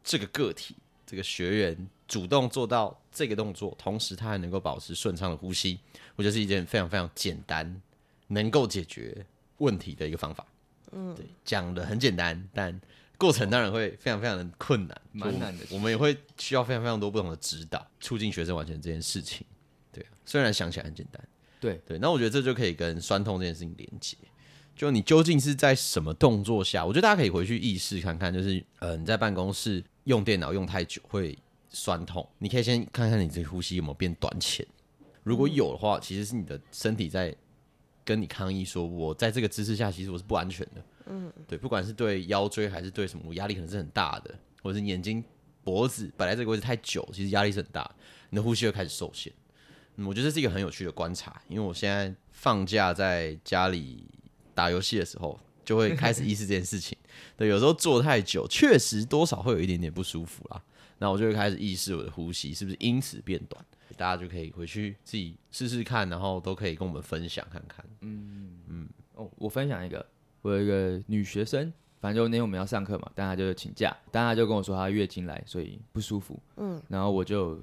这个个体、这个学员主动做到这个动作，同时他还能够保持顺畅的呼吸，我觉得是一件非常非常简单、能够解决问题的一个方法。嗯，对，讲的很简单，但过程当然会非常非常的困难，蛮就我难的其实我们也会需要非常非常多不同的指导，促进学生完成这件事情。对啊，虽然想起来很简单，对对，那我觉得这就可以跟酸痛这件事情连接。就你究竟是在什么动作下？我觉得大家可以回去意识看看，就是呃，你在办公室用电脑用太久会酸痛，你可以先看看你这呼吸有没有变短浅。如果有的话，其实是你的身体在跟你抗议说，我在这个姿势下其实我是不安全的。嗯，对，不管是对腰椎还是对什么，我压力可能是很大的，或者是眼睛脖子摆在这个位置太久，其实压力是很大，你的呼吸会开始受限。嗯，我觉得这是一个很有趣的观察，因为我现在放假在家里打游戏的时候，就会开始意识这件事情。 (laughs) 对，有时候坐太久，确实多少会有一点点不舒服啦。那我就会开始意识我的呼吸是不是因此变短，大家就可以回去自己试试看，然后都可以跟我们分享看看。哦，我分享一个，我有一个女学生，反正就那天我们要上课嘛，但她就请假，但她就跟我说她月经来，所以不舒服。嗯，然后我就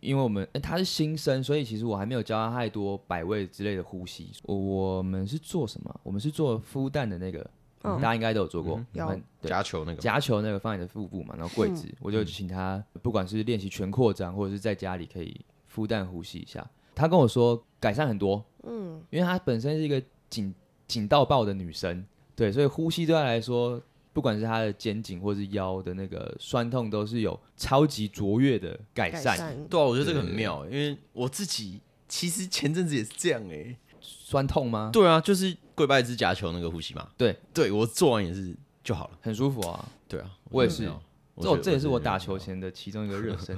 因为我们、诶她是新生，所以其实我还没有教她太多百位之类的呼吸。我我们是做什么？我们是做孵蛋的那个，嗯大家应该都有做过，有蛮对。加球那个夹球那个放你的腹部嘛，然后跪姿，我就请他不管是练习全扩张，或者是在家里可以孵蛋呼吸一下。他跟我说改善很多，嗯，因为她本身是一个紧紧到爆的女生，对，所以呼吸对她来说，不管是她的肩颈或是腰的那个酸痛，都是有超级卓越的改改善。对啊，我觉得这个很妙，因为我自己其实前阵子也是这样哎、嗯酸痛吗？对啊，就是跪拜之夹球那个呼吸嘛。对，对我做完也是就好了。很舒服啊，对啊，我也觉得是没有。这觉我得这也是我觉得打没有球前的其中一个热身。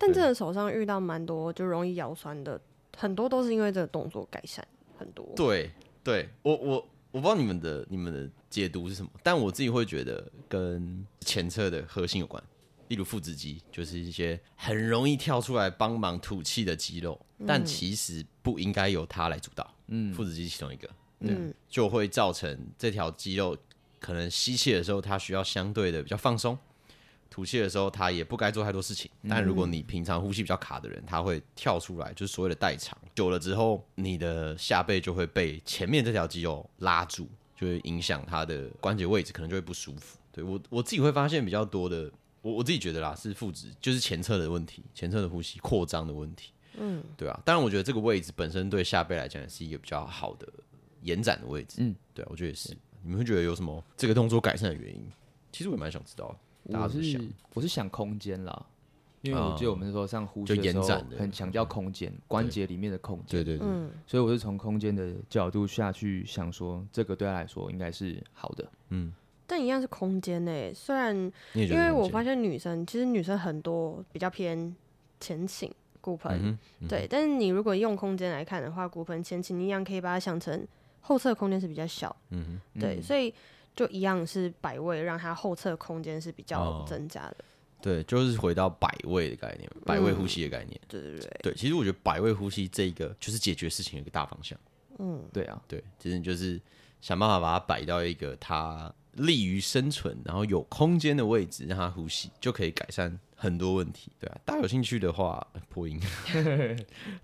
但真的手上遇到蛮多就容易腰酸的，很多都是因为这个动作改善很多。对，对我我我不知道你们的你们的解读是什么，但我自己会觉得跟前侧的核心有关，例如腹直肌，就是一些很容易跳出来帮忙吐气的肌肉，但其实不应该由它来主导。嗯，腹直肌是其中一个，对，就会造成这条肌肉可能吸气的时候它需要相对的比较放松。吐气的时候，它也不该做太多事情。但如果你平常呼吸比较卡的人，他会跳出来，就是所谓的代偿。久了之后，你的下背就会被前面这条肌肉拉住，就会影响它的关节位置，可能就会不舒服。对我我自己会发现比较多的，我我自己觉得啦，是腹直，就是前侧的问题，前侧的呼吸扩张的问题。嗯，对啊。当然，我觉得这个位置本身对下背来讲也是一个比较好的延展的位置。嗯，对啊，我觉得也是。你们会觉得有什么这个动作改善的原因？其实我也蛮想知道的。大家我怎么想嗯是我是想空间啦，因为我记得我们那时候上呼吸就的延时候展的很强调空间，关节里面的空对间，对，嗯，所以我是从空间的角度下去想说，这个对他来说应该是好的。但一样是空间呢、虽然你也觉因得为很我简发现女生其实女生很多比较偏前倾骨盆，嗯对，但是你如果用空间来看的话，骨盆前倾你一样可以把它想成后侧空间是比较小，嗯对，所以就一样是摆位，让它后侧空间是比较哦增加的，对，就是回到百位的概念，百位呼吸的概念。嗯对对对，对，其实我觉得百位呼吸这一个就是解决事情的一个大方向。嗯对啊，对，其实你就是想办法把它摆到一个它利于生存，然后有空间的位置，让它呼吸，就可以改善很多问题。对啊，大家有兴趣的话，呃破音，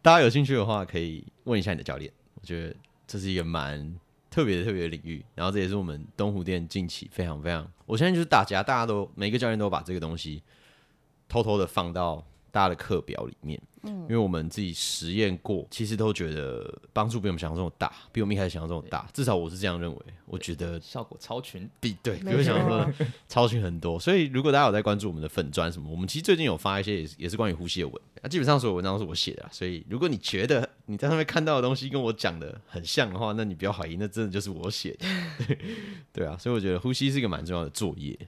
大家有兴趣的话可以问一下你的教练，我觉得这是一个蛮。特别特别的领域，然后这也是我们东湖店近期非常非常，我相信就是大家大家都每个教练都把这个东西偷偷的放到大家的课表里面，因为我们自己实验过，其实都觉得帮助比我们想象中的大，比我们一开始想象中的大，至少我是这样认为。我觉得效果超群。比对比没我想象错中 (laughs) 的超群很多，所以如果大家有在关注我们的粉砖什么，我们其实最近有发一些也是也是关于呼吸的文，那、基本上所有文章都是我写的啦，啊所以如果你觉得你在上面看到的东西跟我讲的很像的话，那你不要怀疑，那真的就是我写的。 (laughs) 对啊，所以我觉得呼吸是一个蛮重要的作业。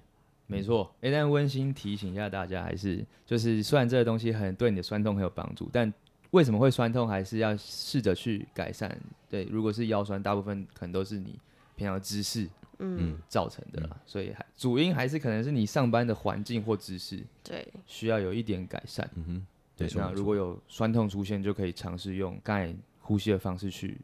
没错，哎、但温馨提醒一下大家，还是就是虽然这个东西很对你的酸痛很有帮助，但为什么会酸痛，还是要试着去改善。对，如果是腰酸，大部分可能都是你平常的姿势嗯造成的啦，所以还主因还是可能是你上班的环境或姿势对，需要有一点改善。嗯对，那如果有酸痛出现，就可以尝试用刚才呼吸的方式去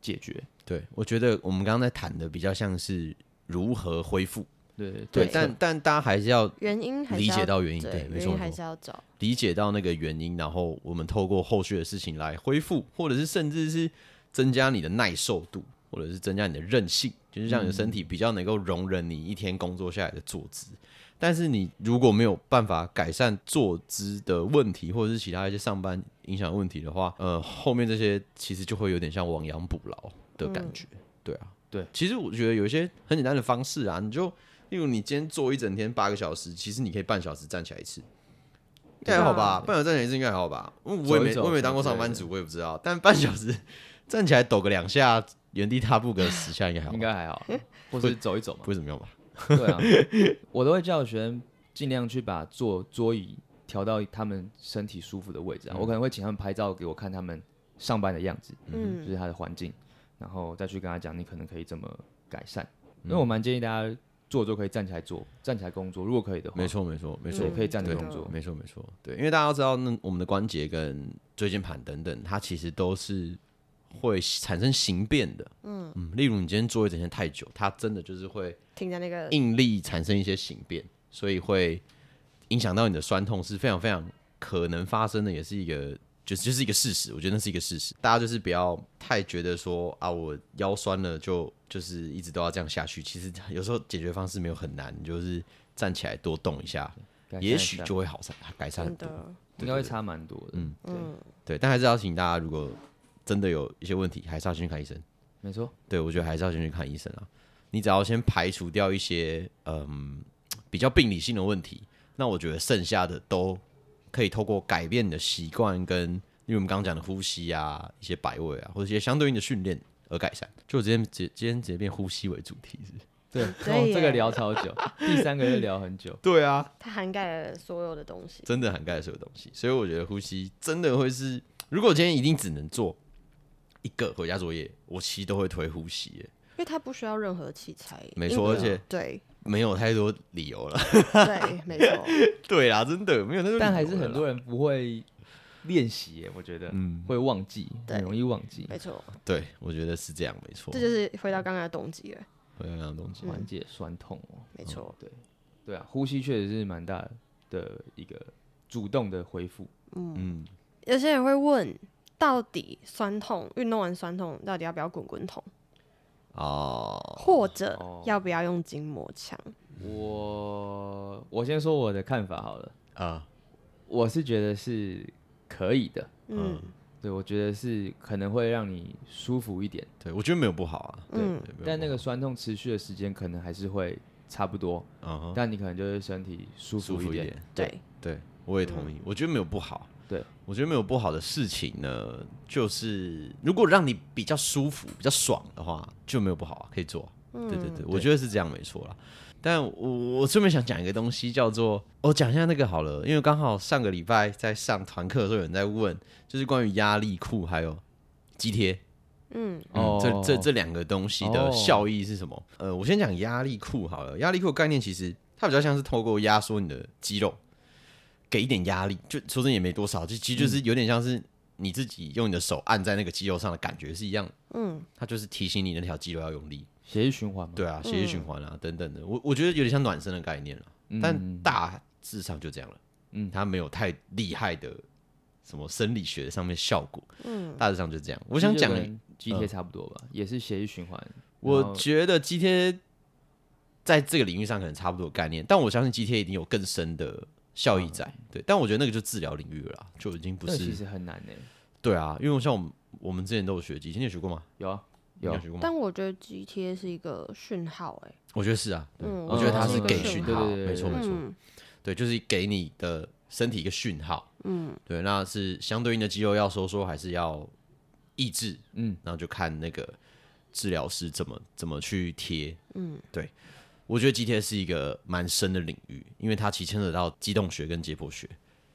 解决。对，我觉得我们刚刚在谈的比较像是如何恢复，对对，对但但大家还是要原因还是理要解到原因，对，对，没原错因没还错是，要找，理解到那个原因，然后我们透过后续的事情来恢复，或者是甚至是增加你的耐受度，或者是增加你的韧性，就是让你的身体比较能够容忍你一天工作下来的坐姿。但是你如果没有办法改善坐姿的问题，或者是其他一些上班影响的问题的话，呃，后面这些其实就会有点像亡羊补牢的感觉。对啊，对，其实我觉得有一些很简单的方式啊，你就例如你今天坐一整天八个小时，其实你可以半小时站起来一次。应该还好吧，半小时站起来啊一次应该还好吧。嗯我也没走一走我也没当过上班族，我也不知道。但半小时站起来抖个两下，原地踏步个十下应该还好吧，应该还好，或是走一走嘛。不会怎么样吧？对啊，我都会叫学生尽量去把坐桌椅调到他们身体舒服的位置啊。我可能会请他们拍照给我看他们上班的样子，就嗯是他的环境，然后再去跟他讲你可能可以怎么改善。嗯因为我蛮建议大家坐就可以站起来坐，站起来工作，如果可以的话，没错，没错，没错嗯对，，可以站着对啊工作。没错没错，对，因为大家都知道，那我们的关节跟椎间盘等等，它其实都是会产生形变的。嗯例如你今天坐一整天太久，它真的就是会停在那个应力产生一些形变，所以会影响到你的酸痛是非常非常可能发生的，也是一个就是就是一个事实。我觉得那是一个事实，大家就是不要太觉得说啊，我腰酸了就就是一直都要这样下去。其实有时候解决方式没有很难，你就是站起来多动一下，改善也一许下就会好善改善很真多。的，应该会差蛮多的。嗯，对，对，但还是要请大家，如果真的有一些问题，还是要先去看医生。没错，对，我觉得还是要先去看医生啊。你只要先排除掉一些嗯比较病理性的问题，那我觉得剩下的都可以透过改变你的习惯跟，例如我们刚刚讲的呼吸啊、一些摆位啊，或者一些相对应的训练而改善。就我今天直今天直接变呼吸为主题是不是对， (laughs) 对哦这个耶聊超久，第三个就聊很久。 (laughs) 对啊，它涵盖了所有的东西。真的涵盖了所有东西，所以我觉得呼吸真的会是，如果今天一定只能做一个回家作业，我其实都会推呼吸耶，因为它不需要任何器材，没错，因而为且对没有太多理由了。 (laughs) 对，没错，对啦，真的没有那种，但还是很多人不会练习耶，我觉得，嗯，会忘记，对很容易忘记没错，对，我觉得是这样，没错这。就是回到刚刚的动机了，回到那东西，缓解酸痛哦。没错，对，对啊，呼吸确实是蛮大的一个主动的恢复。嗯，有些人会问，到底酸痛运动完酸痛到底要不要滚滚筒，哦，或者要不要用筋膜枪？嗯我我先说我的看法好了，啊，我是觉得是可以的，嗯对我觉得是可能会让你舒服一点，对，我觉得没有不好啊，嗯，对，但那个酸痛持续的时间可能还是会差不多，嗯哼，但你可能就是身体舒舒服服一一点。点，对，对，我也同嗯意，我觉得没有不好，对，我觉得没有不好的事情呢，就是如果让你比较舒服、比较爽的话，就没有不好啊，可以做啊，嗯对对对，我觉得是这样没错啦。但我我顺便想讲一个东西，叫做我讲一下那个好了，因为刚好上个礼拜在上团课的时候，有人在问，就是关于压力裤还有肌贴，嗯嗯，这这这两个东西的哦效益是什么？呃，我先讲压力裤好了。压力裤的概念其实它比较像是透过压缩你的肌肉，给一点压力，就说真的也没多少，就其实嗯就是有点像是你自己用你的手按在那个肌肉上的感觉是一样的。嗯，它就是提醒你那条肌肉要用力。血液循环嘛，对啊，血液循环啊、等等的，我我觉得有点像暖身的概念了，嗯但大致上就这样了。嗯它没有太厉害的什么生理学上面效果，嗯，大致上就这样。我我想讲嗯的肌贴差不多吧，也是血液循环。然我后觉得肌贴在这个领域上可能差不多的概念，但我相信肌贴一定有更深的效益在。对，但我觉得那个就治疗领域了啦，就已经不嗯那其是实很难呢。欸对啊，因为像我们我们之前都有学肌贴，你有学过吗？有啊，你有有，学过吗？但我觉得肌贴是一个讯号，哎，我觉得是啊，对嗯，我觉得它是一个给讯讯号号，对对对没错对没错，嗯对，就是给你的身体一个讯号，嗯，对，那是相对应的肌肉要收缩还是要抑制，嗯，然后就看那个治疗师怎么怎么去贴，嗯，对，我觉得肌贴是一个蛮深的领域，因为它其实牵扯到肌动学跟解剖学，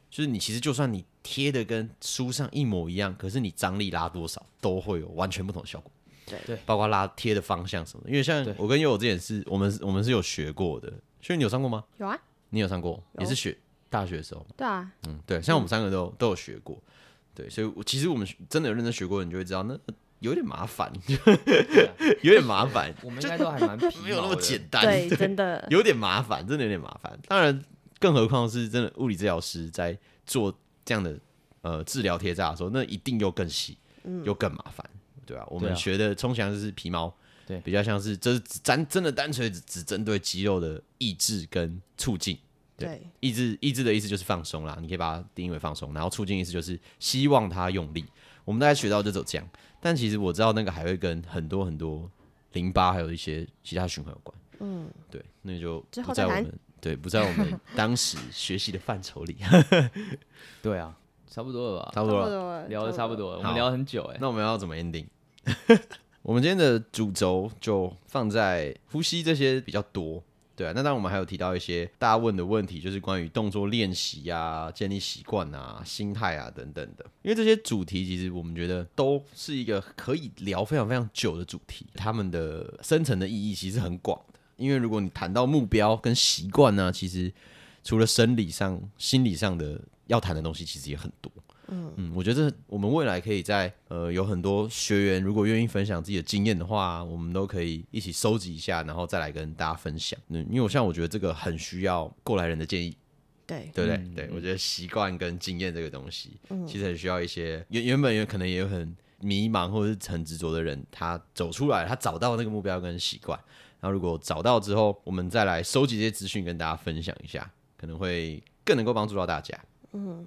就是你其实就算你贴的跟书上一模一样，可是你张力拉多少都会有完全不同的效果。对对包括拉贴的方向什么的，因为像对我跟悠悠之前是我们我们是有学过的，所以你有上过吗？有啊，你有上过，有也是学大学的时候，对啊，嗯，对，像我们三个都都有学过，对，所以我其实我们真的有认真学过，你就会知道那有点麻烦， (laughs) 有点麻烦，我们应该都还蛮皮 (laughs) 没有那么简单， (laughs) 对，真的，有点麻烦，真的有点麻烦。当然，更何况是真的物理治疗师在做这样的呃治疗贴扎的时候，那一定又更细，又更麻烦，对吧、我对们啊学的充其量就是皮毛，对比较像是这是只单真的单纯只只针对肌肉的抑制跟促进。对，抑制抑制的意思就是放松啦，你可以把它定义为放松，然后促进意思就是希望它用力。我们大概学到就走这样，但其实我知道那个还会跟很多很多淋巴还有一些其他循环有关。嗯，对，那就之后不在再我谈们对不在我们当时学习的范畴 (laughs) 里，对啊，差不多了吧？差不多了。了聊的差不，多了，我们好聊了很久哎。那我们要怎么 ending？我们今天的主轴就放在呼吸这些比较多，对啊，那当然我们还有提到一些大家问的问题，就是关于动作练习啊、建立习惯啊、心态啊等等的。因为这些主题其实我们觉得都是一个可以聊非常非常久的主题，他们的深层的意义其实很广的。因为如果你谈到目标跟习惯呢，其实除了生理上、心理上的要谈的东西，其实也很多。嗯，我觉得这我们未来可以在呃有很多学员如果愿意分享自己的经验的话，我们都可以一起收集一下，然后再来跟大家分享。嗯，因为我像我觉得这个很需要过来人的建议，对，对不对？对我觉得习惯跟经验这个东西，其实很需要一些原原本有可能也有很迷茫或者是很执着的人，他走出来，他找到那个目标跟习惯，然后如果找到之后，我们再来收集这些资讯跟大家分享一下，可能会更能够帮助到大家。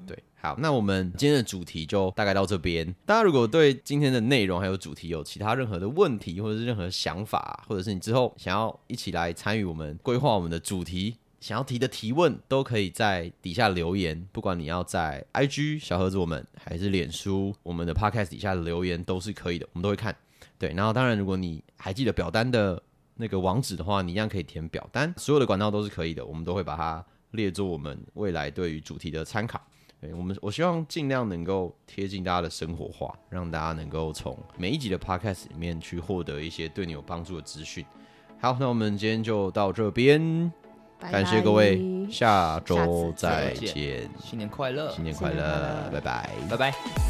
对，好，那我们今天的主题就大概到这边。大家如果对今天的内容还有主题有其他任何的问题，或者是任何想法，或者是你之后想要一起来参与我们规划我们的主题，想要提的提问，都可以在底下留言。不管你要在 IG 小盒子我们，还是脸书我们的 Podcast 底下的留言都是可以的，我们都会看。对，然后当然，如果你还记得表单的那个网址的话，你一样可以填表单，所有的管道都是可以的，我们都会把它列作我们未来对于主题的参考。对我们，我希望尽量能够贴近大家的生活化，让大家能够从每一集的 podcast 里面去获得一些对你有帮助的资讯。好，那我们今天就到这边，拜感谢各拜位，下周下次再再见见，新年快乐，新年快呃新年快乐乐，拜拜。拜拜。